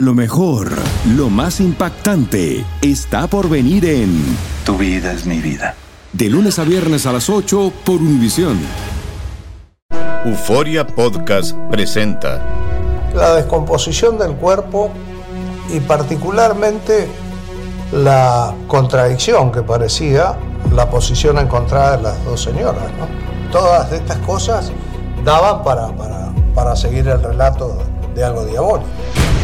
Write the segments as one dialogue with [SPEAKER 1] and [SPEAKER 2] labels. [SPEAKER 1] Lo mejor, lo más impactante, está por venir en
[SPEAKER 2] Tu vida es mi vida.
[SPEAKER 1] De lunes a viernes a las 8 por Univisión.
[SPEAKER 3] Euforia Podcast presenta
[SPEAKER 4] la descomposición del cuerpo y particularmente la contradicción que parecía la posición encontrada de las dos señoras. ¿no? Todas estas cosas daban para, para, para seguir el relato de algo diabólico.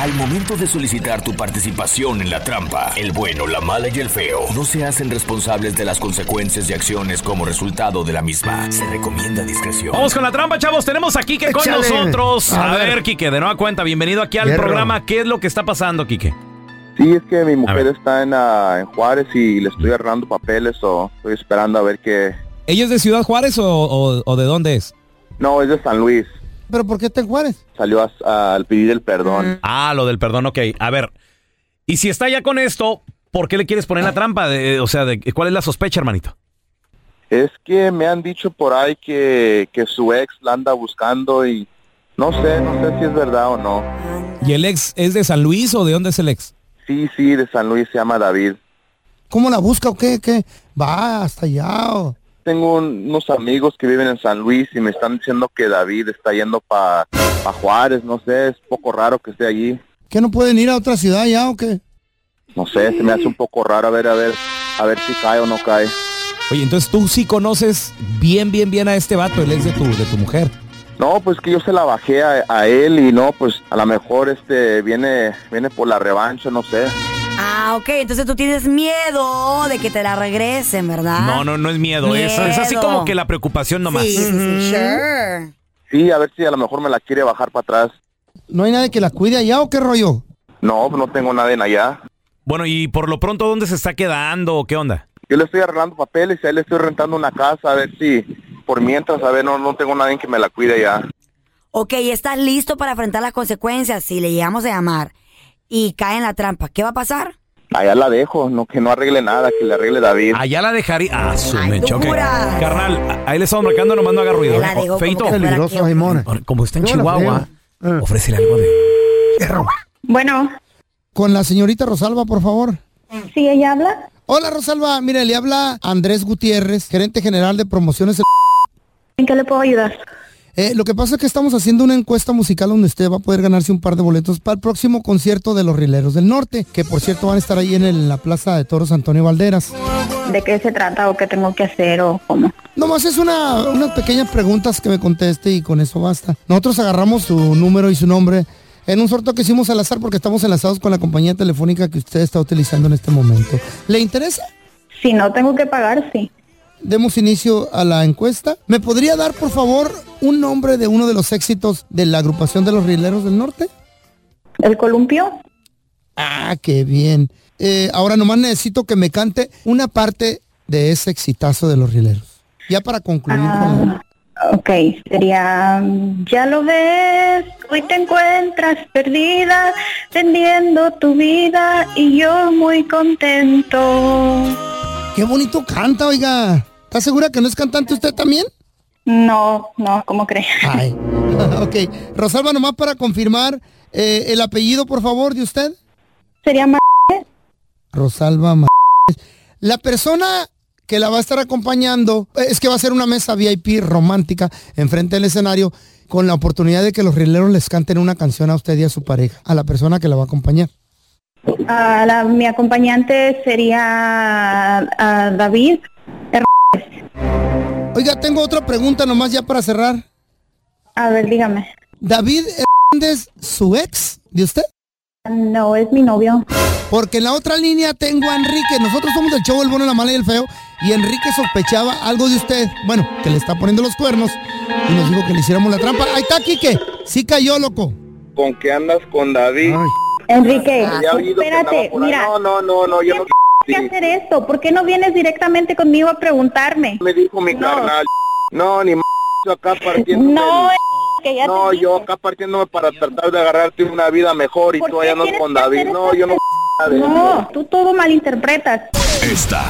[SPEAKER 5] Al momento de solicitar tu participación en la trampa, el bueno, la mala y el feo no se hacen responsables de las consecuencias y acciones como resultado de la misma. Se recomienda discreción.
[SPEAKER 6] Vamos con la trampa, chavos. Tenemos a Quique con
[SPEAKER 7] Échale. Ah.
[SPEAKER 6] nosotros. A,
[SPEAKER 7] A
[SPEAKER 6] ver.
[SPEAKER 7] ver.
[SPEAKER 6] Quique, de nueva cuenta, bienvenido aquí al
[SPEAKER 7] Hierro.
[SPEAKER 6] programa. ¿Qué es lo que está pasando, Quique?
[SPEAKER 8] Sí, es que mi
[SPEAKER 6] ver.
[SPEAKER 8] mujer está en, ah, en Juárez y le estoy arreglando papeles o estoy esperando a ver qué...
[SPEAKER 9] ¿Ella es de Ciudad Juárez o, o- o de dónde es?
[SPEAKER 8] No, es de San Luis.
[SPEAKER 7] ¿Pero por qué te Juárez?
[SPEAKER 8] Salió a- a- al pedir el perdón.
[SPEAKER 6] Ah, lo del perdón, ok. A ver, y si está ya con esto, ¿por qué le quieres poner
[SPEAKER 9] Ah.
[SPEAKER 6] la trampa? De- eh, o sea, de- ¿cuál es la sospecha, hermanito?
[SPEAKER 8] Es que me han dicho por ahí que, que su ex la anda buscando y no sé, no sé si es verdad o no.
[SPEAKER 9] ¿Y el ex es de San Luis o de dónde es el ex?
[SPEAKER 8] Sí, sí, de San Luis se llama David.
[SPEAKER 7] ¿Cómo la busca o qué? ¿Qué? Va hasta allá. o-
[SPEAKER 8] Tengo un- unos amigos que viven en San Luis y me están diciendo que David está yendo para Juárez, no sé, es poco raro que esté allí.
[SPEAKER 7] ¿Que no pueden ir a otra ciudad ya o qué?
[SPEAKER 8] No sé, se me hace un poco raro a ver, a ver, a ver si cae o no cae.
[SPEAKER 9] Oye, entonces tú sí conoces bien, bien, bien a este vato, el ex de tu, de tu mujer.
[SPEAKER 8] No, pues que yo se la bajé a, a él y no, pues a lo mejor este viene viene por la revancha, no sé.
[SPEAKER 10] Ah, ok, entonces tú tienes miedo de que te la regresen, ¿verdad?
[SPEAKER 6] No, no, no es miedo. Es,
[SPEAKER 10] Ah, Miedo.
[SPEAKER 6] es así como que la preocupación nomás.
[SPEAKER 10] Sí, sí, sí, sure.
[SPEAKER 8] Sí, a ver si a lo mejor me la quiere bajar para atrás.
[SPEAKER 7] ¿No hay nadie que la cuide allá o qué rollo?
[SPEAKER 8] No, pues no tengo nadie en allá.
[SPEAKER 6] Bueno, y por lo pronto, ¿dónde se está quedando o qué onda?
[SPEAKER 8] Yo le estoy arreglando papeles y a él le estoy rentando una casa, a ver si por mientras, a ver, no, no tengo nadie que me la cuide ya.
[SPEAKER 10] Ok, ¿estás listo para enfrentar las consecuencias si le llegamos a llamar y cae en la trampa? ¿Qué va a pasar?
[SPEAKER 8] Allá la dejo, no que no arregle nada, que le arregle David.
[SPEAKER 6] Allá la dejaría. Ah, su
[SPEAKER 10] Ay,
[SPEAKER 6] mecha, ok.
[SPEAKER 10] dura.
[SPEAKER 6] Carnal, a- ahí le estamos marcando, nomás no haga ruido.
[SPEAKER 10] La
[SPEAKER 6] ¿eh?
[SPEAKER 10] dejó como
[SPEAKER 6] Feito.
[SPEAKER 10] que-
[SPEAKER 7] Peligroso, Simón.
[SPEAKER 6] Ahora, Como está en
[SPEAKER 7] Yo la
[SPEAKER 6] Chihuahua,
[SPEAKER 7] veo. Eh.
[SPEAKER 6] ofrécele algo de.
[SPEAKER 11] Bueno,
[SPEAKER 7] Con la señorita Rosalba, por favor.
[SPEAKER 11] ¿sí ella habla?
[SPEAKER 7] Hola Rosalba, mire, le habla Andrés Gutiérrez, gerente general de promociones.
[SPEAKER 11] ¿En qué le puedo ayudar?
[SPEAKER 7] Eh, lo que pasa es que estamos haciendo una encuesta musical donde usted va a poder ganarse un par de boletos para el próximo concierto de los Rileros del Norte, que por cierto van a estar ahí en, el- en la Plaza de Toros Antonio Valderas.
[SPEAKER 11] ¿De qué se trata o qué tengo que hacer o cómo?
[SPEAKER 7] Nomás es una, unas pequeñas preguntas que me conteste y con eso basta. Nosotros agarramos su número y su nombre en un sorteo que hicimos al azar porque estamos enlazados con la compañía telefónica que usted está utilizando en este momento. ¿Le interesa?
[SPEAKER 11] Si no tengo que pagar, sí.
[SPEAKER 7] Demos inicio a la encuesta. ¿Me podría dar, por favor, un nombre de uno de los éxitos de la agrupación de los Rileros del Norte?
[SPEAKER 11] ¿El columpio?
[SPEAKER 7] Ah, qué bien. Eh, ahora nomás necesito que me cante una parte de ese exitazo de los rileros. Ya para concluir con la-
[SPEAKER 11] Ah, ok, sería, mm, ya lo ves, hoy te encuentras perdida, tendiendo tu vida y yo muy contento.
[SPEAKER 7] Qué bonito canta, oiga. ¿Está segura que no es cantante usted también?
[SPEAKER 11] No, no, ¿cómo cree?
[SPEAKER 7] Ay. ok. Rosalba, nomás para confirmar eh, el apellido, por favor, de usted.
[SPEAKER 11] Sería Ma-
[SPEAKER 7] Rosalba Ma- La persona que la va a estar acompañando eh, es que va a ser una mesa VIP romántica enfrente del escenario con la oportunidad de que los rileros les canten una canción a usted y a su pareja, a la persona que la va a acompañar.
[SPEAKER 11] Ah, la- mi acompañante sería ah, David.
[SPEAKER 7] Oiga, tengo otra pregunta nomás ya para cerrar.
[SPEAKER 11] A ver, dígame.
[SPEAKER 7] David Hernández, su ex de usted.
[SPEAKER 11] No, es mi novio.
[SPEAKER 7] Porque en la otra línea tengo a Enrique. Nosotros somos del show El Bueno, la Mala y el Feo. Y Enrique sospechaba algo de usted. Bueno, que le está poniendo los cuernos. Y nos dijo que le hiciéramos la trampa. Ahí está, Quique. Sí cayó, loco.
[SPEAKER 8] ¿Con qué andas con David?
[SPEAKER 11] Enrique,
[SPEAKER 8] Había oído que andaba
[SPEAKER 11] espérate,
[SPEAKER 8] por ahí.
[SPEAKER 11] mira,
[SPEAKER 8] No, no, no, no, yo no
[SPEAKER 11] ¿por qué hacer esto? ¿Por qué no vienes directamente conmigo a preguntarme?
[SPEAKER 8] me dijo mi carnal. No, ni m- acá partiendo.
[SPEAKER 11] No, que ya
[SPEAKER 8] No, yo acá partiéndome para tratar de agarrarte una vida mejor y
[SPEAKER 11] ¿Por
[SPEAKER 8] tú
[SPEAKER 11] qué
[SPEAKER 8] allá no
[SPEAKER 11] tienes
[SPEAKER 8] con
[SPEAKER 11] que
[SPEAKER 8] David.
[SPEAKER 11] hacer
[SPEAKER 8] No,
[SPEAKER 11] estas
[SPEAKER 8] yo no.
[SPEAKER 11] cosas?
[SPEAKER 8] de
[SPEAKER 11] No, tú todo malinterpretas.
[SPEAKER 5] Esta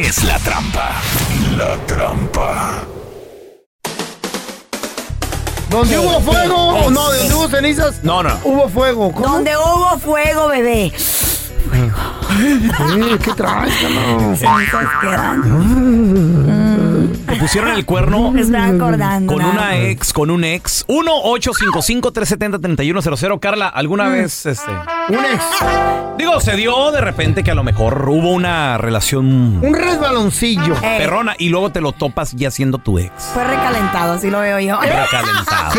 [SPEAKER 5] es la trampa. La trampa.
[SPEAKER 7] Donde hubo fuego, no, donde hubo cenizas.
[SPEAKER 6] Oh, No, no.
[SPEAKER 7] Hubo fuego. ¿Cómo?
[SPEAKER 10] Donde hubo fuego, bebé.
[SPEAKER 7] ¿Qué traes,
[SPEAKER 6] Te pusieron el cuerno
[SPEAKER 10] Me estaba acordando.
[SPEAKER 6] con
[SPEAKER 10] nada.
[SPEAKER 6] una ex, con un ex. 1-855-370-3100. Carla,
[SPEAKER 10] Mm.
[SPEAKER 6] ¿alguna vez este?
[SPEAKER 7] Un ex.
[SPEAKER 6] Digo, se dio de repente que a lo mejor hubo una relación
[SPEAKER 7] Un resbaloncillo.
[SPEAKER 6] perrona y luego te lo topas ya siendo tu ex.
[SPEAKER 10] Fue recalentado, así lo veo yo.
[SPEAKER 6] Recalentado.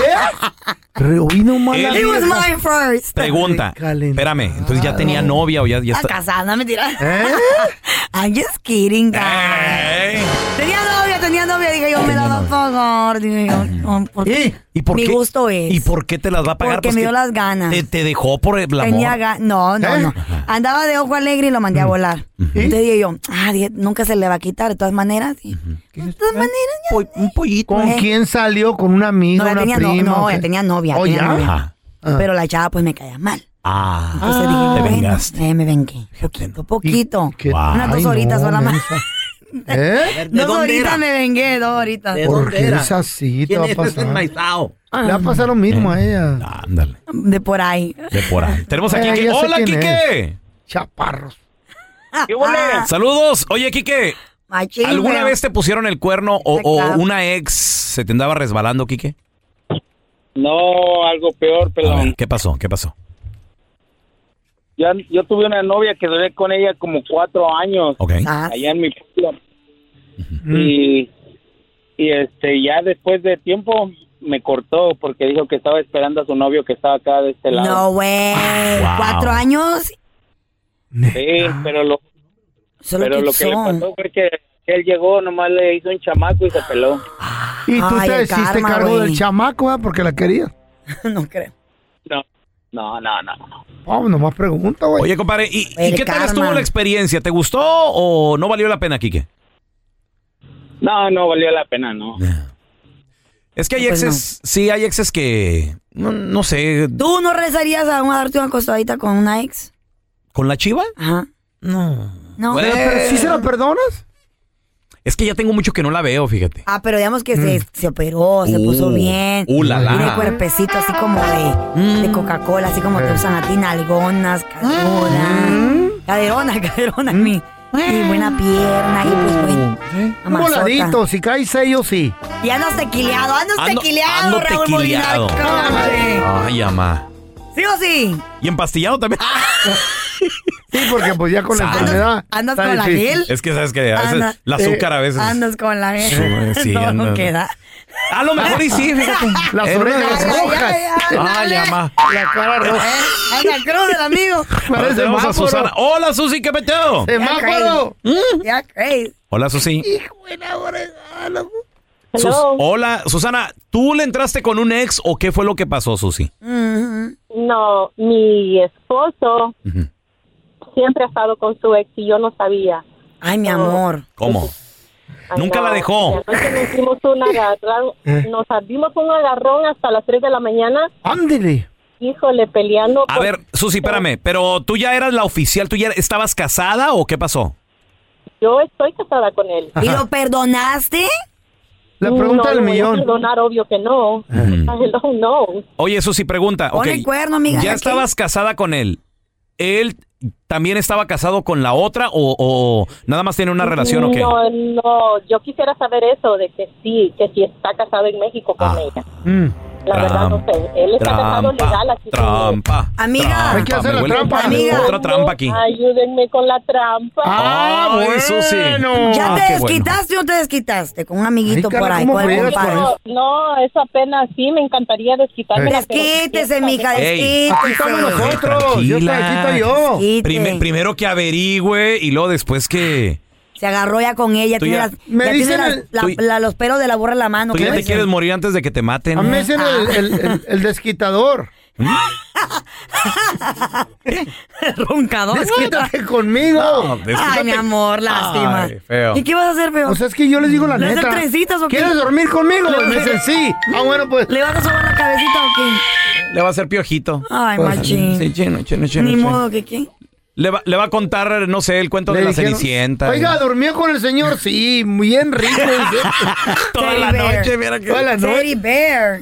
[SPEAKER 10] It was mine first.
[SPEAKER 6] Pregunta. Espérame, entonces ya tenía novia o ya, ya
[SPEAKER 10] Está
[SPEAKER 6] está.
[SPEAKER 10] casada, no, mentira.
[SPEAKER 6] ¿Eh?
[SPEAKER 10] I'm just kidding, guys. Tenía novia, tenía novia. Dije yo, me la va a pagar. Dije yo, no, ¿por qué?
[SPEAKER 6] ¿Y por
[SPEAKER 10] Mi
[SPEAKER 6] qué?
[SPEAKER 10] gusto es.
[SPEAKER 6] ¿Y por qué te las va a pagar?
[SPEAKER 10] Porque
[SPEAKER 6] Pues
[SPEAKER 10] me
[SPEAKER 6] que
[SPEAKER 10] dio las ganas.
[SPEAKER 6] Te, te dejó por el amor.
[SPEAKER 10] Tenía ga- No, no,
[SPEAKER 6] ¿Eh?
[SPEAKER 10] no. Andaba de ojo alegre y lo mandé a volar. Entonces dije yo, ah, dije, nunca se le va a quitar, de todas maneras. Y- De todas maneras.
[SPEAKER 7] un pollito.
[SPEAKER 10] ¿Con
[SPEAKER 11] Eh.
[SPEAKER 10] quién
[SPEAKER 7] salió? ¿Con una amiga,
[SPEAKER 10] No, ya tenía, no, no, ya tenía novia.
[SPEAKER 7] Oh,
[SPEAKER 10] tenía
[SPEAKER 7] ya.
[SPEAKER 10] novia.
[SPEAKER 7] Ajá.
[SPEAKER 10] Pero la chava pues me caía mal.
[SPEAKER 6] Ah.
[SPEAKER 10] Entonces dije,
[SPEAKER 7] Ah. Te
[SPEAKER 10] bueno,
[SPEAKER 7] vengaste.
[SPEAKER 10] eh, me vengué. Poquito, poquito.
[SPEAKER 7] Guau.
[SPEAKER 10] Unas
[SPEAKER 7] Ay,
[SPEAKER 10] dos
[SPEAKER 7] no,
[SPEAKER 10] horitas solamente.
[SPEAKER 7] ¿Eh?
[SPEAKER 10] Dos horitas me vengué, dos horitas.
[SPEAKER 7] Porque es así, te va a pasar. Le va a pasar lo mismo a ella.
[SPEAKER 6] Ándale.
[SPEAKER 10] Eh, De por ahí.
[SPEAKER 6] De por ahí. Tenemos a
[SPEAKER 7] Eh,
[SPEAKER 6] Quique.
[SPEAKER 7] ya sé
[SPEAKER 6] ¡Hola,
[SPEAKER 7] quién
[SPEAKER 6] Quique!
[SPEAKER 7] Chaparros.
[SPEAKER 10] ¿Qué
[SPEAKER 6] Saludos. Oye, Quique,
[SPEAKER 10] Ah, Machín,
[SPEAKER 6] ¿alguna
[SPEAKER 10] feo.
[SPEAKER 6] vez te pusieron el cuerno o, o una ex se te andaba resbalando, Quique?
[SPEAKER 12] No, algo peor,
[SPEAKER 6] A
[SPEAKER 12] pelón.
[SPEAKER 6] ver, ¿qué pasó? ¿Qué pasó?
[SPEAKER 12] Ya, yo tuve una novia que duré con ella como cuatro años.
[SPEAKER 10] Ajá.
[SPEAKER 12] Allá en mi pueblo. Y, y este, ya después de tiempo me cortó porque dijo que estaba esperando a su novio que estaba acá de este lado.
[SPEAKER 10] No, güey.
[SPEAKER 12] Wow.
[SPEAKER 10] Cuatro años.
[SPEAKER 12] Sí, pero lo,
[SPEAKER 10] Solo
[SPEAKER 12] pero
[SPEAKER 10] que
[SPEAKER 12] lo que le
[SPEAKER 10] son.
[SPEAKER 12] pasó fue que él llegó, nomás le hizo un chamaco y se peló.
[SPEAKER 7] Y tú
[SPEAKER 12] Ay,
[SPEAKER 7] te
[SPEAKER 12] el
[SPEAKER 7] hiciste
[SPEAKER 12] karma,
[SPEAKER 7] cargo
[SPEAKER 12] güey.
[SPEAKER 7] del chamaco, ¿ah? Porque la querías.
[SPEAKER 10] no creo.
[SPEAKER 12] No, no, no, no.
[SPEAKER 7] Vamos, Oh, nomás pregunta, güey.
[SPEAKER 6] Oye, compadre, ¿y, y
[SPEAKER 7] El
[SPEAKER 6] qué tal
[SPEAKER 7] karma.
[SPEAKER 6] estuvo la experiencia? ¿Te gustó o no valió la pena, Quique?
[SPEAKER 12] No, no valió la pena, no.
[SPEAKER 6] Es que hay
[SPEAKER 10] Pues
[SPEAKER 6] exes, sí, hay exes que, no, no sé,
[SPEAKER 10] ¿Tú no rezarías a, a darte una acostadita con una ex?
[SPEAKER 6] ¿con la chiva?
[SPEAKER 10] Ajá.
[SPEAKER 6] No.
[SPEAKER 10] No.
[SPEAKER 6] Güey.
[SPEAKER 7] Pero ¿sí se la perdonas?
[SPEAKER 6] Es que ya tengo mucho que no la veo, fíjate.
[SPEAKER 10] Ah, pero digamos que se, se operó, se
[SPEAKER 6] Mm. Uh,
[SPEAKER 10] puso bien.
[SPEAKER 6] uh, la, Mm. la.
[SPEAKER 10] Tiene cuerpecito así como de, de Coca-Cola, así
[SPEAKER 7] Eh.
[SPEAKER 10] como que usan a ti, nalgonas, caderonas.
[SPEAKER 7] Mm.
[SPEAKER 10] Caderona, caderona, mi. Y buena pierna, y pues, bueno.
[SPEAKER 7] Un
[SPEAKER 10] Amazota.
[SPEAKER 7] voladito, si cae sello, sí.
[SPEAKER 10] Y andas tequileado, andas
[SPEAKER 6] Ando-
[SPEAKER 10] tequileado,
[SPEAKER 6] ando
[SPEAKER 10] Raúl Molina.
[SPEAKER 6] tequileado.
[SPEAKER 10] cámate.
[SPEAKER 6] Ay, mamá.
[SPEAKER 10] ¿Sí o sí?
[SPEAKER 6] Y empastillado también.
[SPEAKER 10] Ah,
[SPEAKER 7] Sí, porque pues ya con la
[SPEAKER 6] Sal.
[SPEAKER 7] enfermedad.
[SPEAKER 10] andas
[SPEAKER 7] está
[SPEAKER 10] con la eh,
[SPEAKER 7] difícil.
[SPEAKER 10] gel.
[SPEAKER 6] Es que sabes que Eh, a
[SPEAKER 10] Anda-
[SPEAKER 6] veces, la azúcar a veces.
[SPEAKER 10] Andas con la gel.
[SPEAKER 6] Sí,
[SPEAKER 10] no, no
[SPEAKER 6] andas.
[SPEAKER 10] queda.
[SPEAKER 6] A lo mejor y sí, fíjate.
[SPEAKER 7] Las
[SPEAKER 6] En una de
[SPEAKER 7] orejas
[SPEAKER 6] esas-
[SPEAKER 7] rojas.
[SPEAKER 6] Ay, mamá.
[SPEAKER 7] La cara roja.
[SPEAKER 10] Es la cruz del amigo.
[SPEAKER 6] Ahora tenemos a Susana. Hola, Susi, ¿qué peteo?
[SPEAKER 10] ¡Semáforo!
[SPEAKER 7] ¿Mm?
[SPEAKER 10] Ya crees.
[SPEAKER 6] Hola, Susi. Sus- hola, Susana, ¿tú le entraste con un ex o qué fue lo que pasó, Susi?
[SPEAKER 13] No, mi esposo siempre ha estado con su ex y yo no sabía.
[SPEAKER 10] Ay, mi amor.
[SPEAKER 6] ¿Cómo? Nunca la dejó.
[SPEAKER 13] Y anoche nos dimos un agarrón,
[SPEAKER 6] ¿Eh?
[SPEAKER 13] nos dimos un agarrón hasta las 3 de la mañana.
[SPEAKER 7] Ándele.
[SPEAKER 13] Híjole, peleando.
[SPEAKER 6] A
[SPEAKER 13] por-
[SPEAKER 6] ver, Susi, espérame, pero tú ya eras la oficial, ¿tú ya estabas casada o qué pasó?
[SPEAKER 13] Yo estoy casada con él.
[SPEAKER 6] ¿Y lo
[SPEAKER 13] perdonaste?
[SPEAKER 6] La pregunta del millón.
[SPEAKER 13] Perdonar, obvio que no. No, no.
[SPEAKER 6] Oye, Susi, pregunta.
[SPEAKER 13] Ponle
[SPEAKER 6] ok,
[SPEAKER 13] el cuerno, amiga,
[SPEAKER 6] Ya
[SPEAKER 13] ¿qué?
[SPEAKER 6] estabas casada con él. ¿Él también estaba casado con la otra o, o nada más tiene una relación o qué?
[SPEAKER 13] No, no, yo quisiera saber eso de que sí, que si está casado en México con ella. La verdad no sé, él está casado
[SPEAKER 6] Ah. Trampa,
[SPEAKER 13] legal aquí.
[SPEAKER 6] Trampa.
[SPEAKER 13] Amiga. Hay que hacer
[SPEAKER 6] me
[SPEAKER 13] la
[SPEAKER 6] huele
[SPEAKER 13] trampa. Amiga.
[SPEAKER 6] Otra trampa aquí.
[SPEAKER 13] Ayúdenme con la trampa.
[SPEAKER 6] Ah, Ay, bueno. Susi.
[SPEAKER 10] ¿Ya
[SPEAKER 6] Ah,
[SPEAKER 10] te
[SPEAKER 6] qué
[SPEAKER 10] desquitaste o no te desquitaste? Con un amiguito por ahí, con el compadre.
[SPEAKER 13] no, no, eso apenas sí, me encantaría desquitarme.
[SPEAKER 10] Eh. Desquítese, mija,
[SPEAKER 6] Ey.
[SPEAKER 10] este,
[SPEAKER 6] Tranquila. Prime- primero que averigüe y luego después que...
[SPEAKER 10] Se agarró ya con ella.
[SPEAKER 6] Tú
[SPEAKER 10] tiene
[SPEAKER 6] ya-
[SPEAKER 10] las- ya tiene
[SPEAKER 7] dicen
[SPEAKER 10] las-
[SPEAKER 7] el-
[SPEAKER 10] la-
[SPEAKER 6] Tú-
[SPEAKER 10] la- los pelos de la borra en la mano.
[SPEAKER 6] Tú Pues ya
[SPEAKER 10] ¿cómo
[SPEAKER 6] te
[SPEAKER 10] dicen?
[SPEAKER 6] quieres morir antes de que te maten.
[SPEAKER 7] A mí me dicen el, el- el- el desquitador.
[SPEAKER 6] ¿Mm?
[SPEAKER 10] Roncador.
[SPEAKER 7] Desquítate conmigo.
[SPEAKER 6] pues,
[SPEAKER 10] Ay, mi amor, lástima.
[SPEAKER 7] Ay, feo.
[SPEAKER 10] ¿Y qué vas a hacer, feo?
[SPEAKER 7] O sea, es que yo les digo la
[SPEAKER 10] ¿Le vas a hacer
[SPEAKER 7] neta.
[SPEAKER 10] trencitas o qué?
[SPEAKER 7] ¿Quieres dormir conmigo?
[SPEAKER 10] ¿Le vas a
[SPEAKER 7] Me
[SPEAKER 10] hacer-
[SPEAKER 7] dicen sí. Ah, bueno, pues.
[SPEAKER 10] ¿Le vas a sobar la cabecita o qué?
[SPEAKER 6] Le va a hacer piojito.
[SPEAKER 10] Ay,
[SPEAKER 6] Pues,
[SPEAKER 10] machín.
[SPEAKER 6] sí, chino, chino, chino,
[SPEAKER 10] Ni
[SPEAKER 6] chino.
[SPEAKER 10] modo que qué.
[SPEAKER 6] Le va, le va a contar, no sé, el cuento
[SPEAKER 7] Le
[SPEAKER 6] de la
[SPEAKER 7] dijeron,
[SPEAKER 6] Cenicienta.
[SPEAKER 7] Oiga, ¿dormía con el señor? Sí, bien rico.
[SPEAKER 6] Toda la Teddy bear. noche, mira que-
[SPEAKER 7] Toda la noche.
[SPEAKER 10] Teddy bear.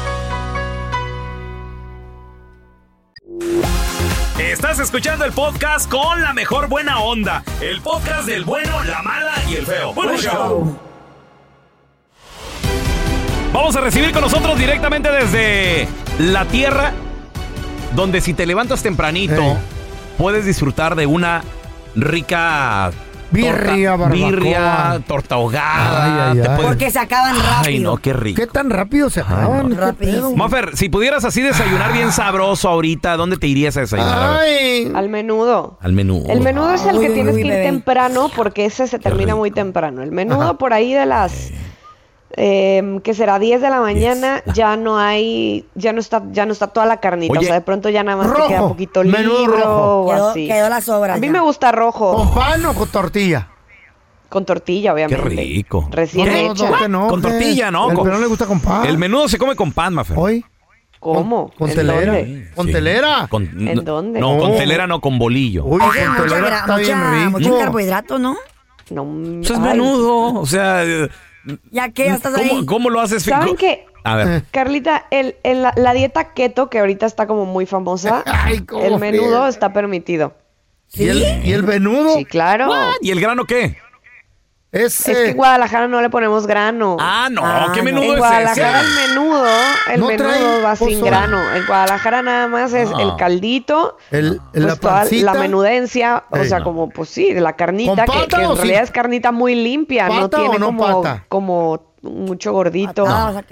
[SPEAKER 6] Estás escuchando el podcast con la mejor buena onda. El podcast del bueno, la mala y el feo. Bueno, show. Vamos a recibir con nosotros directamente desde la tierra, donde si te levantas tempranito, puedes disfrutar de una rica torta,
[SPEAKER 7] Birria, barbacoa.
[SPEAKER 6] birria, torta ahogada.
[SPEAKER 7] Ay, ay,
[SPEAKER 6] te
[SPEAKER 7] ay.
[SPEAKER 6] puedes-
[SPEAKER 10] Porque se acaban
[SPEAKER 6] Ay,
[SPEAKER 10] rápido.
[SPEAKER 6] no, qué rico.
[SPEAKER 7] ¿Qué tan rápido se acaban? ¿Qué pedo?
[SPEAKER 6] Moffer, si pudieras así desayunar bien sabroso ahorita, ¿dónde te irías a desayunar? A ver,
[SPEAKER 14] Al menudo.
[SPEAKER 6] al menú.
[SPEAKER 14] El menudo es el que
[SPEAKER 6] Uy,
[SPEAKER 14] tienes
[SPEAKER 6] uy,
[SPEAKER 14] que ir
[SPEAKER 6] bebé.
[SPEAKER 14] temprano porque ese se termina muy temprano. El menudo
[SPEAKER 6] Ajá.
[SPEAKER 14] por ahí de las eh, que será 10 de la mañana
[SPEAKER 6] Ah.
[SPEAKER 14] ya no hay ya no está ya no está toda la carnita,
[SPEAKER 10] Oye,
[SPEAKER 14] o sea, de pronto ya nada más te queda
[SPEAKER 7] rojo,
[SPEAKER 14] poquito
[SPEAKER 7] menudo
[SPEAKER 14] libro
[SPEAKER 7] rojo.
[SPEAKER 14] o
[SPEAKER 7] Quedó-
[SPEAKER 14] así.
[SPEAKER 7] quedó
[SPEAKER 10] la sobra.
[SPEAKER 14] A mí me gusta rojo.
[SPEAKER 7] ¿Con pan o con tortilla?
[SPEAKER 14] Con tortilla,
[SPEAKER 6] Qué
[SPEAKER 14] obviamente.
[SPEAKER 6] rico.
[SPEAKER 14] Recién
[SPEAKER 7] No, no,
[SPEAKER 14] hecha.
[SPEAKER 7] no te enojes.
[SPEAKER 6] Con tortilla, ¿no?
[SPEAKER 7] El
[SPEAKER 6] Con-
[SPEAKER 7] que no le gusta con pan.
[SPEAKER 6] El menudo se come con pan, Mafer.
[SPEAKER 7] ¿Hoy?
[SPEAKER 14] ¿Cómo?
[SPEAKER 7] Con
[SPEAKER 14] ¿En
[SPEAKER 7] telera.
[SPEAKER 14] dónde?
[SPEAKER 7] ¿Con telera?
[SPEAKER 6] Con,
[SPEAKER 14] ¿En
[SPEAKER 6] no-
[SPEAKER 14] dónde?
[SPEAKER 6] No, con
[SPEAKER 14] No.
[SPEAKER 6] telera no, con bolillo.
[SPEAKER 7] Uy,
[SPEAKER 10] Oye, mucha gra- mucha- mucho carbohidrato, ¿no?
[SPEAKER 14] No.
[SPEAKER 6] Eso es
[SPEAKER 14] ay.
[SPEAKER 6] menudo. O sea, eh,
[SPEAKER 14] Ya que ya estás
[SPEAKER 6] ¿cómo,
[SPEAKER 14] ahí.
[SPEAKER 6] ¿cómo lo haces? Fi-
[SPEAKER 14] ¿Saben
[SPEAKER 6] co-
[SPEAKER 14] qué?
[SPEAKER 6] A ver.
[SPEAKER 14] Carlita, el, el- la, la dieta keto, que ahorita está como muy famosa,
[SPEAKER 7] ¿cómo
[SPEAKER 14] el menudo
[SPEAKER 7] frío?
[SPEAKER 14] está permitido.
[SPEAKER 7] ¿Y el, y el venudo? Sí,
[SPEAKER 14] claro.
[SPEAKER 6] Ah, ¿Y el grano qué?
[SPEAKER 7] Es,
[SPEAKER 14] Es que en Guadalajara no le ponemos grano.
[SPEAKER 6] Ah, no, ¿qué menudo
[SPEAKER 14] En
[SPEAKER 6] es
[SPEAKER 14] Guadalajara
[SPEAKER 6] ese?
[SPEAKER 14] el menudo, el
[SPEAKER 7] No
[SPEAKER 14] menudo
[SPEAKER 7] trae
[SPEAKER 14] va sin
[SPEAKER 7] pozole.
[SPEAKER 14] grano. En Guadalajara nada más es
[SPEAKER 7] Ah.
[SPEAKER 14] el caldito,
[SPEAKER 7] el, la
[SPEAKER 14] pues, toda la
[SPEAKER 7] pancita.
[SPEAKER 14] menudencia, o
[SPEAKER 7] Ey,
[SPEAKER 14] sea,
[SPEAKER 7] no.
[SPEAKER 14] como pues sí, la carnita,
[SPEAKER 7] ¿Con
[SPEAKER 14] que,
[SPEAKER 7] pata
[SPEAKER 14] que
[SPEAKER 7] o
[SPEAKER 14] en
[SPEAKER 7] sin-
[SPEAKER 14] realidad es carnita muy limpia, no
[SPEAKER 7] ¿Pata
[SPEAKER 14] tiene
[SPEAKER 7] o no
[SPEAKER 14] como,
[SPEAKER 7] pata?
[SPEAKER 14] como mucho gordito.
[SPEAKER 7] No.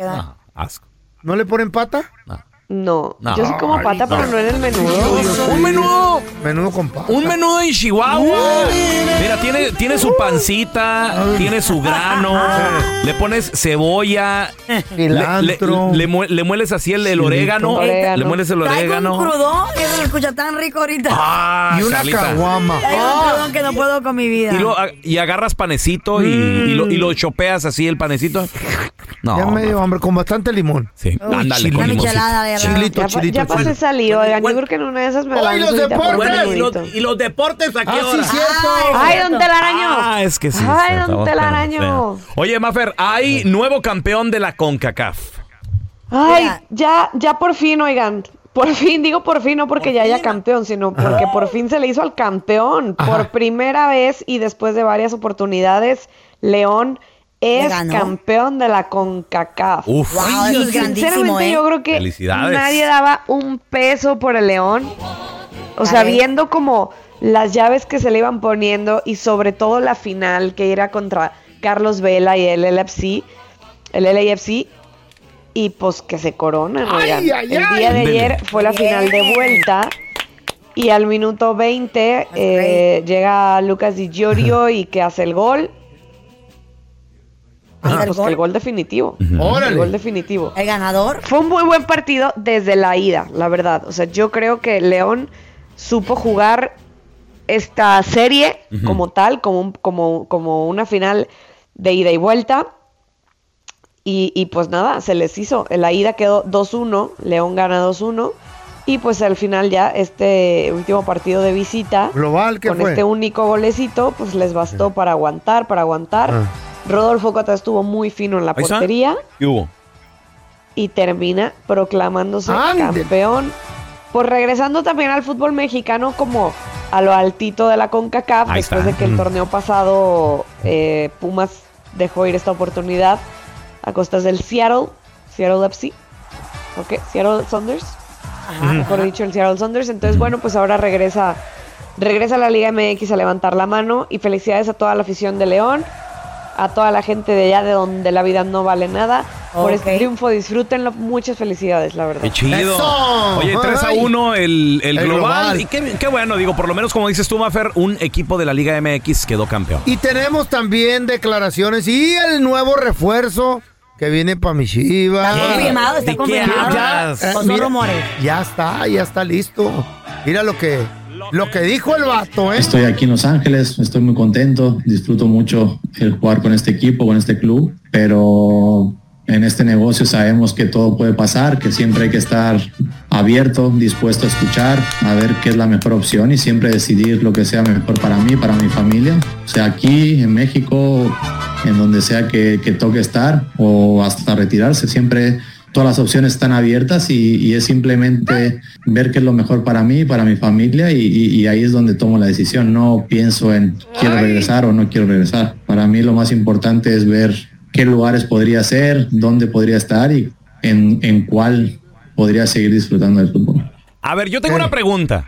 [SPEAKER 7] ¿No le ponen pata?
[SPEAKER 14] No, yo sí como pata, pero no en el menudo.
[SPEAKER 6] ¡Un menudo!
[SPEAKER 7] Menudo con pata.
[SPEAKER 6] ¡Un menudo en Chihuahua! Mira, tiene, tiene su pancita, tiene su grano, le pones cebolla, le, le,
[SPEAKER 7] Cilantro.
[SPEAKER 6] le mue- le mueles así el, el
[SPEAKER 7] Chilito.
[SPEAKER 6] orégano,
[SPEAKER 7] Orégano.
[SPEAKER 6] le mueles el
[SPEAKER 10] Traigo un
[SPEAKER 6] orégano.
[SPEAKER 10] crudón que se escucha tan rico ahorita.
[SPEAKER 6] Ah, Y una Carlita. caguama.
[SPEAKER 10] Traigo
[SPEAKER 14] Oh.
[SPEAKER 10] un crudón que no puedo con mi vida.
[SPEAKER 6] Y, lo- y agarras panecito y, y lo, y lo chopeas así el panecito. No.
[SPEAKER 7] Ya medio hambre, con bastante limón.
[SPEAKER 6] Sí,
[SPEAKER 7] Uy,
[SPEAKER 6] ándale,
[SPEAKER 7] chile.
[SPEAKER 6] con Una limoncito. michelada de
[SPEAKER 14] Ya
[SPEAKER 7] Chilito,
[SPEAKER 14] pa-
[SPEAKER 7] chilito.
[SPEAKER 14] Ya pasé salido, oigan, yo creo que en una de esas me la
[SPEAKER 15] ¡Hoy
[SPEAKER 14] lanzo
[SPEAKER 15] los
[SPEAKER 14] y te pongo
[SPEAKER 15] deportes!
[SPEAKER 14] un
[SPEAKER 15] ¿Y los,
[SPEAKER 14] menudito.
[SPEAKER 15] y los deportes a qué
[SPEAKER 14] Ah, sí,
[SPEAKER 15] hora?
[SPEAKER 14] cierto. Ay, don Telaraño.
[SPEAKER 6] Ah, es que sí.
[SPEAKER 14] Ay,
[SPEAKER 6] está-
[SPEAKER 14] don
[SPEAKER 6] estamos
[SPEAKER 14] Telaraño.
[SPEAKER 6] tan feo. Oye, Mafer, hay nuevo campeón de la CONCACAF.
[SPEAKER 14] Ay, ya, ya por fin, oigan. Por fin, digo por fin, no porque ya haya campeón, sino porque por fin se le hizo al campeón. Por primera vez y después de varias oportunidades, León es
[SPEAKER 10] ganó?
[SPEAKER 14] campeón de la CONCACAF.
[SPEAKER 6] Uf.
[SPEAKER 10] Wow, Ah, eso es grandísimo,
[SPEAKER 14] Sinceramente,
[SPEAKER 10] ¿eh?
[SPEAKER 14] yo creo que
[SPEAKER 6] Felicidades.
[SPEAKER 14] nadie daba un peso por el León. O sea,
[SPEAKER 10] ver.
[SPEAKER 14] viendo como las llaves que se le iban poniendo y sobre todo la final que era contra Carlos Vela y el LFC, el LAFC, y pues que se coronan. oigan.
[SPEAKER 15] ay,
[SPEAKER 14] el
[SPEAKER 15] ay!
[SPEAKER 14] día de ayer
[SPEAKER 15] Ándele.
[SPEAKER 14] fue la final de
[SPEAKER 15] Bien.
[SPEAKER 14] vuelta y al minuto 20 eh, llega Lucas Di Giorgio y que hace el gol. Y, pues, que el gol definitivo.
[SPEAKER 7] Órale.
[SPEAKER 14] El gol definitivo.
[SPEAKER 10] El ganador.
[SPEAKER 14] Fue un muy buen partido desde la ida, la verdad. O sea, yo creo que León supo jugar esta serie
[SPEAKER 16] Ujú.
[SPEAKER 14] como tal, como, un- como, como una final de ida y vuelta. Y, y, pues nada, se les hizo. La ida quedó 2-1, León gana 2-1. Y pues al final ya este último partido de visita,
[SPEAKER 7] Global, ¿qué
[SPEAKER 14] con
[SPEAKER 7] fue?
[SPEAKER 14] este único golecito, pues les bastó para aguantar, para aguantar.
[SPEAKER 7] Ah.
[SPEAKER 14] Rodolfo Cota estuvo muy fino en la
[SPEAKER 6] Ahí está.
[SPEAKER 14] portería
[SPEAKER 6] ¿Qué hubo?
[SPEAKER 14] y termina proclamándose campeón. Pues regresando también al fútbol mexicano como a lo altito de la CONCACAF,
[SPEAKER 17] Ahí
[SPEAKER 14] después
[SPEAKER 17] está.
[SPEAKER 14] de que el
[SPEAKER 17] Mm.
[SPEAKER 14] torneo pasado eh, Pumas dejó ir esta oportunidad a costas del Seattle, Seattle FC, ok, Seattle Saunders, mejor dicho el Seattle Saunders. Entonces, bueno, pues ahora regresa, regresa a la Liga MX a levantar la mano y felicidades a toda la afición de León, a toda la gente de allá de donde la vida no vale nada. Por este
[SPEAKER 10] Ok.
[SPEAKER 14] triunfo, disfrútenlo. Muchas felicidades, la verdad.
[SPEAKER 6] Qué chido.
[SPEAKER 14] ¡Eso!
[SPEAKER 6] Oye, 3 a
[SPEAKER 14] Ay.
[SPEAKER 6] 1 el, el
[SPEAKER 7] El
[SPEAKER 6] global.
[SPEAKER 7] global.
[SPEAKER 6] Y qué, qué bueno, digo, por lo menos como dices tú, Mafer, un equipo de la Liga MX quedó campeón.
[SPEAKER 7] Y tenemos también declaraciones y el nuevo refuerzo que viene para mi Chivas.
[SPEAKER 10] Está confirmado, está
[SPEAKER 7] ¿De qué
[SPEAKER 10] confirmado.
[SPEAKER 7] hablas?
[SPEAKER 10] Pues son
[SPEAKER 7] mira,
[SPEAKER 10] rumores.
[SPEAKER 7] Ya está, ya está listo. Mira lo que, lo que dijo el vato, ¿eh?
[SPEAKER 18] Estoy aquí en Los Ángeles, estoy muy contento, disfruto mucho el jugar con este equipo, con este club, pero en este negocio sabemos que todo puede pasar, que siempre hay que estar abierto, dispuesto a escuchar, a ver qué es la mejor opción y siempre decidir lo que sea mejor para mí, para mi familia, o sea aquí, en México, en donde sea que, que toque estar o hasta retirarse, siempre todas las opciones están abiertas y, y es simplemente ver qué es lo mejor para mí, para mi familia y, y- y ahí es donde tomo la decisión. No pienso en quiero regresar o no quiero regresar. Para mí lo más importante es ver qué lugares podría ser, dónde podría estar y en, en cuál podría seguir disfrutando del fútbol.
[SPEAKER 6] A ver, yo tengo una pregunta.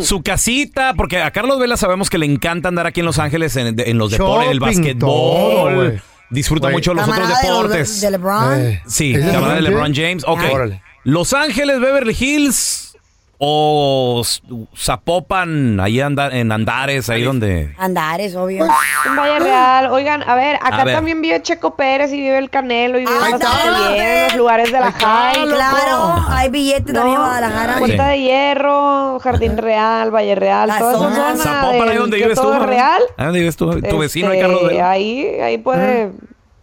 [SPEAKER 6] Su casita, porque a Carlos Vela sabemos que le encanta andar aquí en Los Ángeles en, en los deportes, el
[SPEAKER 7] Shopping,
[SPEAKER 6] basquetbol.
[SPEAKER 7] todo, güey.
[SPEAKER 6] disfruta
[SPEAKER 7] Güey.
[SPEAKER 6] mucho los otros
[SPEAKER 10] Camarada de-
[SPEAKER 6] deportes.
[SPEAKER 10] de LeBron. Eh,
[SPEAKER 6] Sí,
[SPEAKER 10] ¿es de
[SPEAKER 6] camarada de LeBron
[SPEAKER 10] LeBron
[SPEAKER 6] James.
[SPEAKER 10] James?
[SPEAKER 6] Ok.
[SPEAKER 10] Ah. Órale.
[SPEAKER 6] Los Ángeles, Beverly Hills o S- Zapopan, ahí anda, en Andares, ahí donde.
[SPEAKER 14] Andares, obvio. Pues, En
[SPEAKER 10] Ah.
[SPEAKER 14] Valle Real. Oigan, a ver, acá
[SPEAKER 6] A ver.
[SPEAKER 14] también vive Checo Pérez y vive el Canelo y vive
[SPEAKER 10] Ahí está.
[SPEAKER 14] bastante bien en los lugares de la Jai.
[SPEAKER 10] Claro, hay billetes también en Guadalajara.
[SPEAKER 14] Puerta
[SPEAKER 10] Sí.
[SPEAKER 14] de Hierro, Jardín Real, Valle Real,
[SPEAKER 10] La
[SPEAKER 14] toda
[SPEAKER 10] zona.
[SPEAKER 14] esa zona
[SPEAKER 6] Ah, Zapopan, ahí
[SPEAKER 14] del
[SPEAKER 6] donde
[SPEAKER 14] que
[SPEAKER 6] vives tú.
[SPEAKER 14] todo es
[SPEAKER 6] ¿no?
[SPEAKER 14] real.
[SPEAKER 6] Ahí donde vives tú, tu vecino, ahí
[SPEAKER 14] Este,
[SPEAKER 6] Carlos Vela.
[SPEAKER 14] Ahí, ahí puede...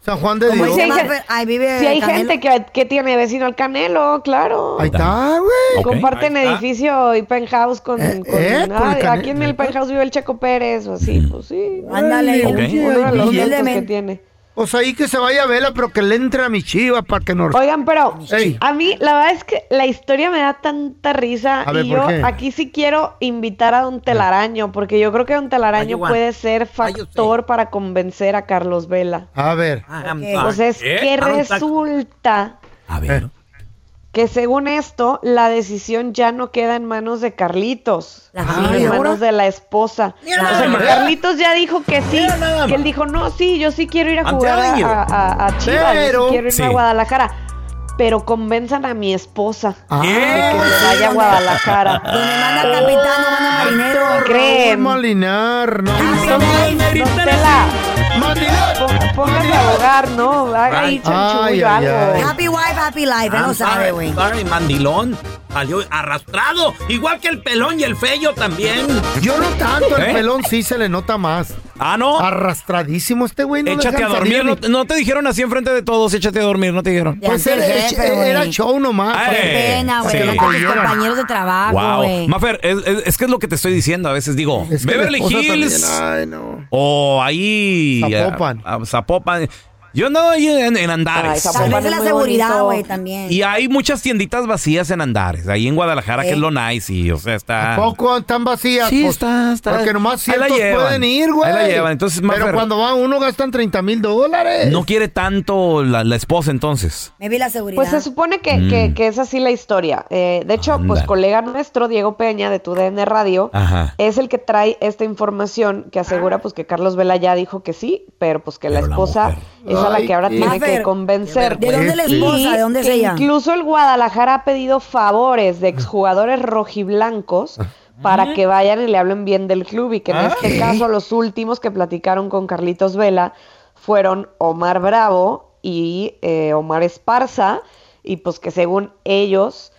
[SPEAKER 7] San Juan
[SPEAKER 14] de
[SPEAKER 10] Dios.
[SPEAKER 14] Si hay,
[SPEAKER 10] Ahí
[SPEAKER 14] gen-
[SPEAKER 10] vive
[SPEAKER 14] sí hay
[SPEAKER 10] Canelo.
[SPEAKER 14] gente que, que tiene vecino al Canelo, claro.
[SPEAKER 7] Ahí está, Ah, güey.
[SPEAKER 14] Comparten edificio y penthouse con... con-
[SPEAKER 7] eh, con el
[SPEAKER 14] ah,
[SPEAKER 7] Canelo.
[SPEAKER 14] aquí en el penthouse vive el Checo Pérez o así, pues sí.
[SPEAKER 7] Ándale,
[SPEAKER 14] Uno
[SPEAKER 7] oye,
[SPEAKER 14] de los
[SPEAKER 7] billete.
[SPEAKER 14] tantos que tiene.
[SPEAKER 7] O sea, ahí que se vaya a vela, pero que le entre a mi Chivas para que no.
[SPEAKER 14] Oigan, pero
[SPEAKER 7] Ey.
[SPEAKER 14] a mí la verdad es que la historia me da tanta risa
[SPEAKER 7] A ver,
[SPEAKER 14] y
[SPEAKER 7] ¿por
[SPEAKER 14] yo
[SPEAKER 7] qué?
[SPEAKER 14] aquí sí quiero invitar a Don Telaraño porque yo creo que Don Telaraño
[SPEAKER 7] Ayúdame.
[SPEAKER 14] puede ser factor para convencer a Carlos Vela.
[SPEAKER 7] A ver.
[SPEAKER 14] Ah, Entonces,
[SPEAKER 10] ¿eh?
[SPEAKER 14] que resulta que según esto, la decisión ya no queda en manos de Carlitos, sino
[SPEAKER 10] Ay,
[SPEAKER 14] en
[SPEAKER 10] Ah, ¿ahora?
[SPEAKER 14] manos de la esposa.
[SPEAKER 10] Mira
[SPEAKER 14] o
[SPEAKER 10] nada
[SPEAKER 14] sea, que
[SPEAKER 10] más.
[SPEAKER 14] Carlitos ya dijo que sí, que él dijo, no, sí, yo sí quiero ir a jugar a,
[SPEAKER 10] Antier.
[SPEAKER 14] a- a- a Chivas, yo sí
[SPEAKER 10] Pero-
[SPEAKER 14] quiero irme a
[SPEAKER 10] Sí.
[SPEAKER 14] Guadalajara. pero convenzan a mi esposa
[SPEAKER 7] Ah.
[SPEAKER 14] de que se vaya a Guadalajara. Donde manda el capitán, no manda marinero.
[SPEAKER 15] Raúl
[SPEAKER 14] Creen.
[SPEAKER 15] Molinar, no.
[SPEAKER 14] Póngase a ahogar, ¿no? Haga ahí chanchullo, algo.
[SPEAKER 10] Happy wife, happy life. Él lo
[SPEAKER 6] Ah,
[SPEAKER 10] sabe, güey.
[SPEAKER 16] Para el mandilón. Salió arrastrado. Igual que el pelón y el fello también.
[SPEAKER 15] Yo no tanto, el
[SPEAKER 16] ¿Eh?
[SPEAKER 15] pelón sí se le nota más.
[SPEAKER 6] Ah, no.
[SPEAKER 15] Arrastradísimo este güey. No
[SPEAKER 6] Échate a
[SPEAKER 15] dejan
[SPEAKER 6] dormir.
[SPEAKER 15] salir ni-
[SPEAKER 6] No, no te dijeron así enfrente de todos, échate a dormir, no te dijeron.
[SPEAKER 15] Pues era, era show nomás.
[SPEAKER 6] Ay,
[SPEAKER 15] Qué
[SPEAKER 10] Pena, güey.
[SPEAKER 6] Sí.
[SPEAKER 10] con tus compañeros de trabajo,
[SPEAKER 6] Wow.
[SPEAKER 10] güey.
[SPEAKER 6] Mafer, es, es- es que es lo que te estoy diciendo. A veces digo,
[SPEAKER 15] que la
[SPEAKER 6] Beverly
[SPEAKER 15] esposa
[SPEAKER 6] Hills.
[SPEAKER 15] también, ay, no.
[SPEAKER 6] O ahí.
[SPEAKER 15] Zapopan.
[SPEAKER 6] a- a Zapopan. Yo no ahí en, en
[SPEAKER 10] Ay,
[SPEAKER 6] Andares.
[SPEAKER 10] Tal vez de la
[SPEAKER 14] muy
[SPEAKER 10] seguridad,
[SPEAKER 14] bonito.
[SPEAKER 10] güey, también. Eh.
[SPEAKER 6] Y hay muchas tienditas vacías en Andares, ahí en Guadalajara, que
[SPEAKER 10] Sí.
[SPEAKER 6] es lo nice, y o sea, está...
[SPEAKER 15] Poco están vacías.
[SPEAKER 6] ah. Sí,
[SPEAKER 15] pues,
[SPEAKER 6] está- está-
[SPEAKER 15] Porque nomás
[SPEAKER 6] ahí la
[SPEAKER 15] ciertos
[SPEAKER 6] llevan,
[SPEAKER 15] pueden ir, güey.
[SPEAKER 6] ahí la llevan, entonces,
[SPEAKER 15] Pero
[SPEAKER 6] Mafer-
[SPEAKER 15] cuando va uno gastan 30 mil dólares.
[SPEAKER 6] No quiere tanto la, la esposa entonces.
[SPEAKER 10] Me vi la seguridad.
[SPEAKER 14] Pues se supone que,
[SPEAKER 6] Mm.
[SPEAKER 14] que- que es así la historia. Eh, de hecho, pues
[SPEAKER 6] Ándale.
[SPEAKER 14] colega nuestro, Diego Peña, de TUDN Radio,
[SPEAKER 6] Ajá.
[SPEAKER 14] es el que trae esta información que
[SPEAKER 10] Ah.
[SPEAKER 14] asegura pues que Carlos Vela ya dijo que sí, pero pues que la esposa es a la
[SPEAKER 10] Ay,
[SPEAKER 14] que ahora
[SPEAKER 10] qué-
[SPEAKER 14] tiene
[SPEAKER 10] Mafer,
[SPEAKER 14] que convencer.
[SPEAKER 10] qué vergüenza. ¿De dónde la esposa?
[SPEAKER 14] Y
[SPEAKER 10] ¿De dónde es
[SPEAKER 14] que
[SPEAKER 10] ella?
[SPEAKER 14] Incluso el Guadalajara ha pedido favores de exjugadores rojiblancos para que vayan y le hablen bien del club y que en este caso los últimos que platicaron con Carlitos Vela fueron Omar Bravo y eh, Omar Esparza y pues que según ellos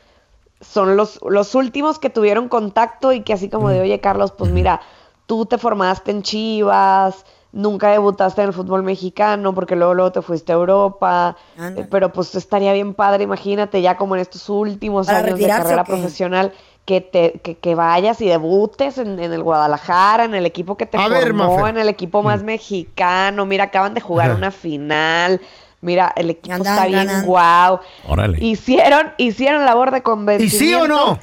[SPEAKER 14] son los, los últimos que tuvieron contacto y que así como
[SPEAKER 10] Mm.
[SPEAKER 14] de, oye Carlos, pues mira, tú te formaste en Chivas, nunca debutaste en el fútbol mexicano porque luego, luego te fuiste a Europa, eh, pero pues estaría bien padre, imagínate ya como en estos últimos
[SPEAKER 10] ¿Para
[SPEAKER 14] años de
[SPEAKER 10] retirarse o
[SPEAKER 14] carrera
[SPEAKER 10] qué?
[SPEAKER 14] profesional. Que, te, que, que vayas y debutes en, en el Guadalajara, en el equipo que te
[SPEAKER 15] A ver,
[SPEAKER 14] formó,
[SPEAKER 15] Mafer.
[SPEAKER 14] en el
[SPEAKER 10] Mm.
[SPEAKER 14] equipo más mexicano. Mira, acaban de jugar
[SPEAKER 15] Ajá.
[SPEAKER 14] una final. Mira, el equipo
[SPEAKER 10] Andan
[SPEAKER 14] está bien
[SPEAKER 10] ganando.
[SPEAKER 14] guau.
[SPEAKER 6] Órale.
[SPEAKER 14] Hicieron, hicieron labor de
[SPEAKER 15] ¿Y
[SPEAKER 14] convencimiento.
[SPEAKER 15] sí o no?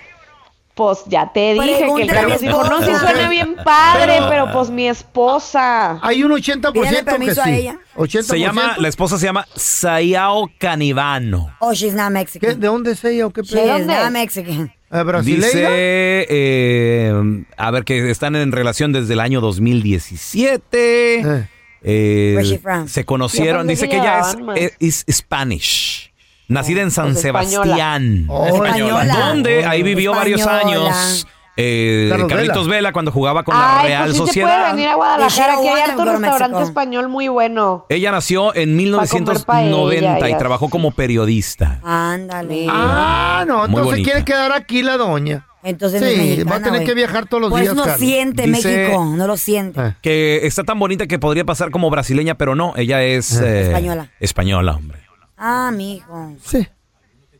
[SPEAKER 14] Pues ya te dije que el
[SPEAKER 10] Pregúntale
[SPEAKER 14] Carlos
[SPEAKER 10] a mi
[SPEAKER 14] dijo, no, sí
[SPEAKER 10] esposa.
[SPEAKER 14] suena bien padre,
[SPEAKER 6] Pero-
[SPEAKER 14] pero, pues ah. mi esposa.
[SPEAKER 15] Hay un 80%
[SPEAKER 10] Pídele permiso
[SPEAKER 15] que
[SPEAKER 10] a
[SPEAKER 15] sí.
[SPEAKER 10] ella.
[SPEAKER 15] 80%.
[SPEAKER 6] Se llama, la esposa se llama Sayao Canivano.
[SPEAKER 10] Oh, she's not
[SPEAKER 15] ¿Qué?
[SPEAKER 10] Mexican.
[SPEAKER 15] ¿De dónde es ella o qué
[SPEAKER 10] She is
[SPEAKER 15] pedo?
[SPEAKER 10] not Mexican.
[SPEAKER 15] ¿Eh, ¿Brasileira?
[SPEAKER 6] Dice, eh, a ver, que están en relación desde el año 2017. Eh,
[SPEAKER 10] Where's she from?
[SPEAKER 6] se conocieron,
[SPEAKER 14] Yo pensé
[SPEAKER 6] dice
[SPEAKER 14] que
[SPEAKER 6] que ella
[SPEAKER 14] llevaban más.
[SPEAKER 6] es, es, es Spanish. Nacida
[SPEAKER 10] Oh,
[SPEAKER 6] en San
[SPEAKER 14] pues, española.
[SPEAKER 6] Sebastián.
[SPEAKER 15] Oh,
[SPEAKER 10] española.
[SPEAKER 6] Donde ahí vivió varios
[SPEAKER 10] Española.
[SPEAKER 6] años. eh,
[SPEAKER 15] Carlos
[SPEAKER 6] Carlitos Vela cuando jugaba con la
[SPEAKER 14] Ay,
[SPEAKER 6] Real
[SPEAKER 14] pues sí se puede
[SPEAKER 6] Sociedad.
[SPEAKER 14] venir a Guadalajara,
[SPEAKER 10] Dijeron,
[SPEAKER 14] que hay
[SPEAKER 10] "Guácala,
[SPEAKER 14] harto
[SPEAKER 10] pero
[SPEAKER 14] restaurante
[SPEAKER 10] México".
[SPEAKER 14] español muy bueno.
[SPEAKER 6] Ella nació en
[SPEAKER 14] Pa' comer
[SPEAKER 6] 1990
[SPEAKER 14] paella,
[SPEAKER 6] y
[SPEAKER 14] ya.
[SPEAKER 6] trabajó como periodista.
[SPEAKER 10] Ándale.
[SPEAKER 15] Ah, no,
[SPEAKER 6] Muy
[SPEAKER 15] entonces
[SPEAKER 6] bonita.
[SPEAKER 15] quiere quedar aquí la doña.
[SPEAKER 10] Entonces no es
[SPEAKER 15] sí,
[SPEAKER 10] mexicana,
[SPEAKER 15] va a tener
[SPEAKER 10] güey.
[SPEAKER 15] que viajar todos los
[SPEAKER 10] Pues
[SPEAKER 15] días,
[SPEAKER 10] no
[SPEAKER 15] Carlos.
[SPEAKER 10] siente
[SPEAKER 6] Dice-
[SPEAKER 10] México, no lo siente.
[SPEAKER 14] Ah.
[SPEAKER 15] Eh.
[SPEAKER 6] Que está tan bonita que podría pasar como brasileña, pero no, ella
[SPEAKER 14] Ah.
[SPEAKER 6] es eh,
[SPEAKER 10] Española.
[SPEAKER 6] Española, hombre.
[SPEAKER 10] Ah, mijo.
[SPEAKER 15] Sí,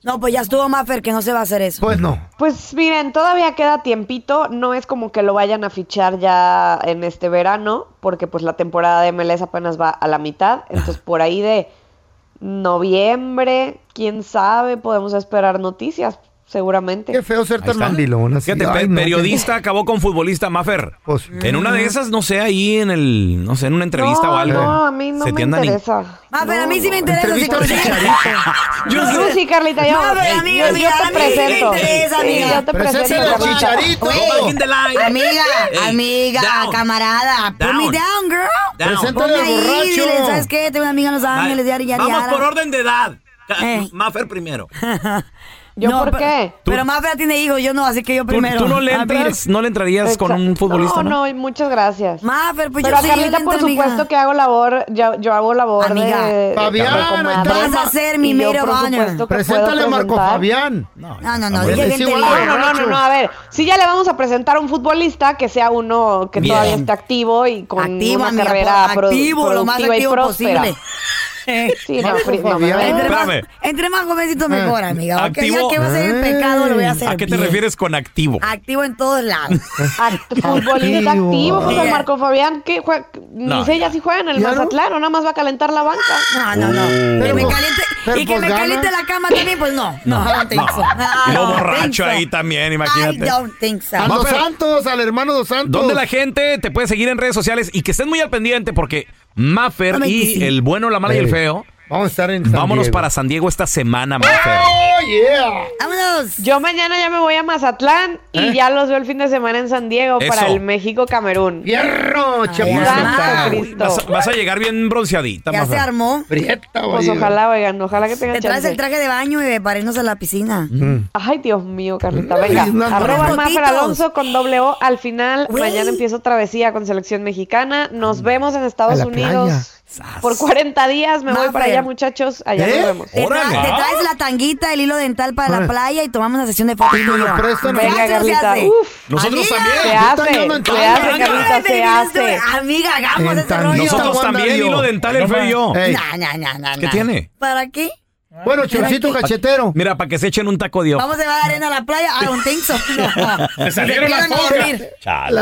[SPEAKER 10] No, pues ya estuvo Maffer, que no se va a hacer eso.
[SPEAKER 15] pues no.
[SPEAKER 14] Pues miren, todavía queda tiempito, no es como que lo vayan a fichar ya en este verano, porque pues la temporada de MLS apenas va a la mitad, entonces por ahí de noviembre, quién sabe, podemos esperar noticias, seguramente.
[SPEAKER 15] Qué feo ser
[SPEAKER 6] Ahí
[SPEAKER 15] tan
[SPEAKER 6] está.
[SPEAKER 15] mandilón. así.
[SPEAKER 6] Fíjate,
[SPEAKER 15] Ay,
[SPEAKER 6] pe-
[SPEAKER 15] no, qué-
[SPEAKER 6] periodista acabó con futbolista Maffer.
[SPEAKER 15] Pues,
[SPEAKER 6] En una de esas, no sé, ahí en el, no sé, en una entrevista
[SPEAKER 14] mm. no,
[SPEAKER 6] o algo.
[SPEAKER 14] No, a mí no
[SPEAKER 6] se
[SPEAKER 14] me
[SPEAKER 6] te andan in-
[SPEAKER 14] interesa.
[SPEAKER 10] Maffer, a mí sí me interesa. Si
[SPEAKER 15] Entrevista a
[SPEAKER 10] consigue-
[SPEAKER 14] Yo sí, Carlita, yo,
[SPEAKER 10] No, pero
[SPEAKER 14] yo-
[SPEAKER 10] amiga,
[SPEAKER 14] yo
[SPEAKER 10] amiga,
[SPEAKER 14] te
[SPEAKER 10] a mí sí me
[SPEAKER 14] presento.
[SPEAKER 10] interesa,
[SPEAKER 14] Sí,
[SPEAKER 10] amiga.
[SPEAKER 14] yo te presento.
[SPEAKER 15] Preséntale al
[SPEAKER 14] Carlita.
[SPEAKER 15] chicharito.
[SPEAKER 6] Back in the line.
[SPEAKER 10] Amiga,
[SPEAKER 6] Ey,
[SPEAKER 10] amiga,
[SPEAKER 6] down.
[SPEAKER 10] camarada, put me
[SPEAKER 6] Down.
[SPEAKER 10] down, girl.
[SPEAKER 6] Down.
[SPEAKER 15] Preséntale
[SPEAKER 10] Ponme
[SPEAKER 15] al
[SPEAKER 10] ahí,
[SPEAKER 15] borracho.
[SPEAKER 10] dile, ¿sabes qué? Tengo una amiga en Los
[SPEAKER 16] Vale.
[SPEAKER 10] Ángeles, yari, yari,
[SPEAKER 16] Vamos
[SPEAKER 10] yara.
[SPEAKER 16] por orden de edad. Ca-
[SPEAKER 10] Eh.
[SPEAKER 16] Maffer primero.
[SPEAKER 14] ¿Yo por
[SPEAKER 10] pero-
[SPEAKER 14] qué?
[SPEAKER 10] Pero Maffer tiene hijos, yo no, así que yo
[SPEAKER 6] ¿Tú,
[SPEAKER 10] primero.
[SPEAKER 6] tú no le
[SPEAKER 10] A ver.
[SPEAKER 6] entras, no le entrarías con
[SPEAKER 14] Exacto.
[SPEAKER 6] un futbolista, ¿no?
[SPEAKER 14] No, muchas gracias.
[SPEAKER 10] Maffer, pues
[SPEAKER 14] Pero
[SPEAKER 10] yo
[SPEAKER 14] a
[SPEAKER 10] sí, yo le
[SPEAKER 14] Carlita, por
[SPEAKER 10] entro, amiga.
[SPEAKER 14] supuesto que hago labor, yo, yo hago labor
[SPEAKER 10] Amiga.
[SPEAKER 14] de,
[SPEAKER 15] Fabián,
[SPEAKER 14] de comadre.
[SPEAKER 15] ahí está.
[SPEAKER 10] Vas a ser mi
[SPEAKER 14] Y yo,
[SPEAKER 10] mero
[SPEAKER 14] por
[SPEAKER 10] honor.
[SPEAKER 14] supuesto, que
[SPEAKER 15] Preséntale a
[SPEAKER 14] puedo
[SPEAKER 15] Marco
[SPEAKER 14] presentar.
[SPEAKER 15] Fabián. Pues,
[SPEAKER 10] No, no, no,
[SPEAKER 15] Bueno,
[SPEAKER 10] dije
[SPEAKER 15] sí,
[SPEAKER 10] gente
[SPEAKER 15] bueno,
[SPEAKER 10] bien.
[SPEAKER 14] No, no, no, no, no, a ver, si ya le vamos a presentar a un futbolista que sea uno que
[SPEAKER 6] Bien.
[SPEAKER 14] todavía está activo y con
[SPEAKER 10] Activo,
[SPEAKER 14] una
[SPEAKER 10] amiga,
[SPEAKER 14] carrera
[SPEAKER 10] por-
[SPEAKER 14] produ-
[SPEAKER 10] activo, lo más
[SPEAKER 14] productiva
[SPEAKER 10] activo
[SPEAKER 14] y próspera.
[SPEAKER 10] posible.
[SPEAKER 14] Sí, no,
[SPEAKER 15] Marco
[SPEAKER 14] pri- no, me-
[SPEAKER 15] Fabián.
[SPEAKER 10] Entre más,
[SPEAKER 6] Espérame.
[SPEAKER 10] entre más jovencito mejor, amiga. Aunque
[SPEAKER 6] Activo.
[SPEAKER 10] ya que va a ser el pecado, lo voy a hacer.
[SPEAKER 6] ¿A qué te
[SPEAKER 10] bien.
[SPEAKER 6] refieres con activo?
[SPEAKER 10] Activo en todos lados.
[SPEAKER 14] act- futbolista
[SPEAKER 15] Activo.
[SPEAKER 14] activo, pues
[SPEAKER 10] Sí.
[SPEAKER 14] el Marco Fabián que juega,
[SPEAKER 6] No.
[SPEAKER 14] ni sé ya si juega en el
[SPEAKER 15] ¿Ya no?
[SPEAKER 14] Mazatlán o nada más va a calentar la banca.
[SPEAKER 10] No, Ah, no, no. Que
[SPEAKER 15] Pero
[SPEAKER 10] me
[SPEAKER 6] Uh.
[SPEAKER 15] pues-
[SPEAKER 10] caliente,
[SPEAKER 15] pero
[SPEAKER 10] y que
[SPEAKER 15] pues
[SPEAKER 10] me
[SPEAKER 15] gana.
[SPEAKER 10] caliente la cama también, pues no. No, Ah, I don't think so. I
[SPEAKER 6] Y lo
[SPEAKER 10] don't think
[SPEAKER 6] borracho
[SPEAKER 10] so.
[SPEAKER 6] ahí también, imagínate.
[SPEAKER 10] I don't think so.
[SPEAKER 15] A los Santos, al hermano dos Santos.
[SPEAKER 6] ¿Dónde la gente te puede seguir en redes sociales? Y que estén muy al pendiente porque Maffer
[SPEAKER 10] Ay, que
[SPEAKER 6] y
[SPEAKER 10] sí.
[SPEAKER 6] el bueno, la mala y el
[SPEAKER 15] Ey,
[SPEAKER 6] feo.
[SPEAKER 15] Vamos a estar en San
[SPEAKER 6] Vámonos
[SPEAKER 15] Diego.
[SPEAKER 6] para San Diego esta semana, Maffer.
[SPEAKER 15] ¡Oh, yeah!
[SPEAKER 10] Vámonos. ¡Vámonos!
[SPEAKER 14] Yo mañana ya me voy a Mazatlán y
[SPEAKER 10] ¿Eh?
[SPEAKER 14] ya los veo el fin de semana en San Diego
[SPEAKER 6] Eso.
[SPEAKER 14] para el México-Camerún.
[SPEAKER 15] ¡Hierro,
[SPEAKER 14] Santo Cristo.
[SPEAKER 6] Vas, a- vas a llegar bien bronceadita.
[SPEAKER 10] Ya
[SPEAKER 6] Maza.
[SPEAKER 10] se armó.
[SPEAKER 14] Pues ojalá, oigan, ojalá que tengan
[SPEAKER 10] Te traes
[SPEAKER 14] chance.
[SPEAKER 10] el traje de baño, bebé, para irnos a la piscina.
[SPEAKER 14] Ay, Dios mío, Carlita. Venga,
[SPEAKER 10] Mm. Ay, no,
[SPEAKER 14] arroba
[SPEAKER 10] no.
[SPEAKER 14] Mafer Alonso con doble O al final.
[SPEAKER 10] Güey.
[SPEAKER 14] Mañana empiezo travesía con selección mexicana. Nos vemos en Estados
[SPEAKER 10] Mm. A la
[SPEAKER 14] Unidos por 40 días. Me voy para
[SPEAKER 10] Mafer.
[SPEAKER 14] allá, muchachos. Allá
[SPEAKER 15] ¿Eh?
[SPEAKER 14] nos vemos.
[SPEAKER 10] Te, tra- te traes la tanguita, el hilo dental para la playa y tomamos la sesión de fotos.
[SPEAKER 14] Y nos lo prestan.
[SPEAKER 10] Venga,
[SPEAKER 14] Venga,
[SPEAKER 10] Carlita.
[SPEAKER 14] Carlita. Uf.
[SPEAKER 6] Nosotros también.
[SPEAKER 14] Se hace, se hace, Carlita, se hace.
[SPEAKER 10] Amiga, hagamos
[SPEAKER 15] En
[SPEAKER 10] ese
[SPEAKER 15] tan-
[SPEAKER 10] rollo.
[SPEAKER 6] Nosotros también, hilo dental, el feo y yo.
[SPEAKER 10] Nah, nah, nah, nah,
[SPEAKER 6] ¿Qué
[SPEAKER 10] nah.
[SPEAKER 6] tiene?
[SPEAKER 10] ¿Para qué?
[SPEAKER 15] Bueno,
[SPEAKER 10] chorcito
[SPEAKER 15] cachetero.
[SPEAKER 6] Mira, para que se echen un taco de ojo.
[SPEAKER 10] Vamos a llevar arena a la playa. I don't think so. No.
[SPEAKER 6] Me salieron
[SPEAKER 10] Se
[SPEAKER 6] las
[SPEAKER 10] quedan a
[SPEAKER 6] pocas.
[SPEAKER 10] dormir.
[SPEAKER 6] Chale.